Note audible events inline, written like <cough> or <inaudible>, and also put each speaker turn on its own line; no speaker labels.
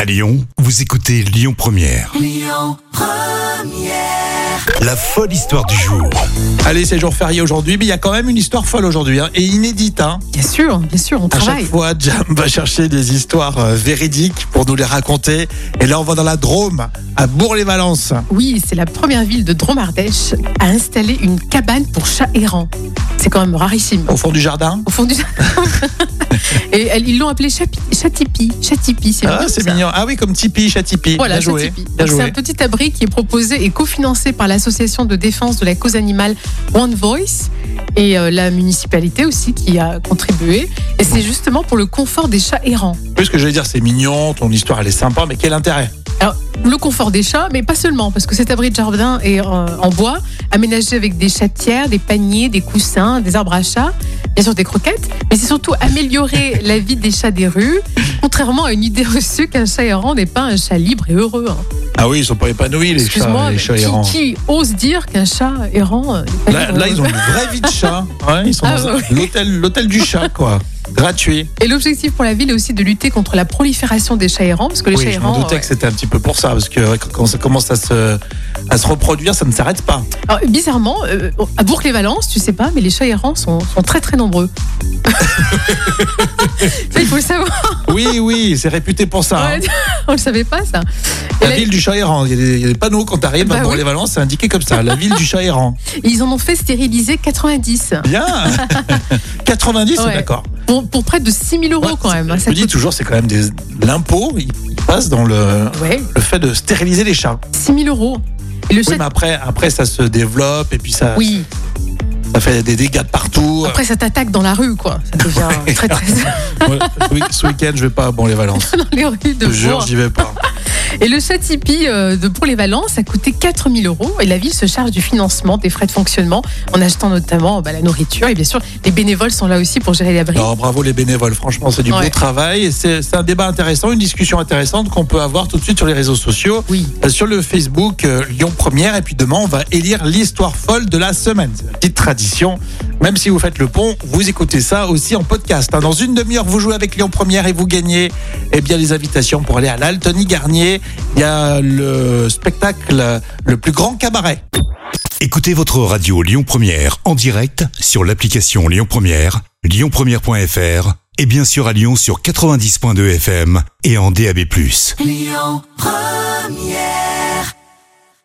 À Lyon, vous écoutez Lyon Première. Lyon Première. La folle histoire du jour.
Allez, c'est jour férié aujourd'hui, mais il y a quand même une histoire folle aujourd'hui hein, et inédite. Hein.
Bien sûr, bien sûr, on
À chaque
travaille.
fois, Jam va chercher des histoires euh, véridiques pour nous les raconter. Et là, on va dans la Drôme, à Bourg-les-Valences.
Oui, c'est la première ville de Dromardèche à installer une cabane pour chats errants. C'est quand même rarissime.
Au fond du jardin.
Au fond du
<laughs>
Et elles- ils l'ont appelé Chapi- Chatipi. Chatipi, c'est
Ah,
mignon,
c'est
ça.
mignon. Ah oui, comme Tipeee, Chatipi.
Voilà,
Bien joué.
Chatipi.
Bien
Donc, C'est un
joué.
petit abri qui est proposé et cofinancé par l'association de défense de la cause animale One Voice et euh, la municipalité aussi qui a contribué. Et c'est justement pour le confort des chats errants.
Plus que je vais dire, c'est mignon, ton histoire, elle est sympa, mais quel intérêt
Alors, le confort des chats, mais pas seulement, parce que cet abri de jardin est euh, en bois, aménagé avec des chatières, des paniers, des coussins, des arbres à chats, bien sûr des croquettes, mais c'est surtout améliorer la vie des chats des rues, contrairement à une idée reçue qu'un chat errant n'est pas un chat libre et heureux. hein.
Ah oui, ils sont pas épanouis, les chats,
Excuse-moi,
les
mais
chats
qui,
errants.
qui ose dire qu'un chat errant euh, n'est pas
Là,
libre et
là, ils ont
heureux
une vraie vie de chat. Ouais, ils sont
Ah
dans un-
oui.
l'hôtel, l'hôtel du chat, quoi. Gratuit.
Et l'objectif pour la ville est aussi de lutter contre la prolifération des chats errants, parce que les
Oui,
chats
je m'en
errants... euh,
doutais
ouais.
que c'était un petit peu pour ça, parce que quand ça commence à se, à se reproduire, ça ne s'arrête pas.
Alors, bizarrement, euh, à Bourg-les-Valences, tu sais pas, mais les chats errants sont, sont très très
<laughs>
nombreux. Ça, il faut le savoir.
Oui, oui, c'est réputé pour ça. hein.
Ouais, on le savait pas ça. Et
La
là,
ville du chat errant. Il y a des, il y a des panneaux quand t'arrives
Bah
à
oui.
Bourg-les-Valences, c'est indiqué comme ça. La ville du chat errant.
Ils en ont fait stériliser 90 <laughs>
Bien 90, c'est
Ouais.
d'accord.
pour, pour près de 6 000 euros
Ouais,
quand même. hein,
Je
ça
me dis
coûte-
toujours, c'est quand même des l'impôt, il, il passe dans le,
Ouais,
le fait de stériliser les chats.
6 000 euros. Et le
Oui, bah,
chat.
mais après, après, ça se développe et puis ça,
Oui,
ça fait des dégâts de partout.
après ça t'attaque dans la rue, quoi. Ça
<laughs>
devient très très. <laughs>
Ouais, ce week- ce week-end, je vais pas à Bourg-les-Valences.
dans les rues
Je
<laughs> de
te jure,
Bourg.
j'y vais pas.
Et le chat Tipeee euh, de Bourg-les-Valences a coûté 4 000 euros et la ville se charge du financement, des frais de fonctionnement, en achetant notamment bah, la nourriture. Et bien sûr, les bénévoles sont là aussi pour gérer l'abri.
Alors bravo les bénévoles, franchement c'est du beau
Ouais.
travail et c'est c'est un débat intéressant, une discussion intéressante qu'on peut avoir tout de suite sur les réseaux sociaux,
Oui.
euh, sur le Facebook euh, Lyon Première et puis demain on va élire l'histoire folle de la semaine. C'est la petite tradition, même si vous faites le pont, vous écoutez ça aussi en podcast. hein. Dans une demi-heure vous jouez avec Lyon Première et vous gagnez eh bien les invitations pour aller à l'Al. Tony Garnier, il y a le spectacle euh, le plus grand cabaret.
Écoutez votre radio Lyon Première en direct sur l'application Lyon Première, lyonpremière.fr et bien sûr à Lyon sur 90.2 FM et en DAB+.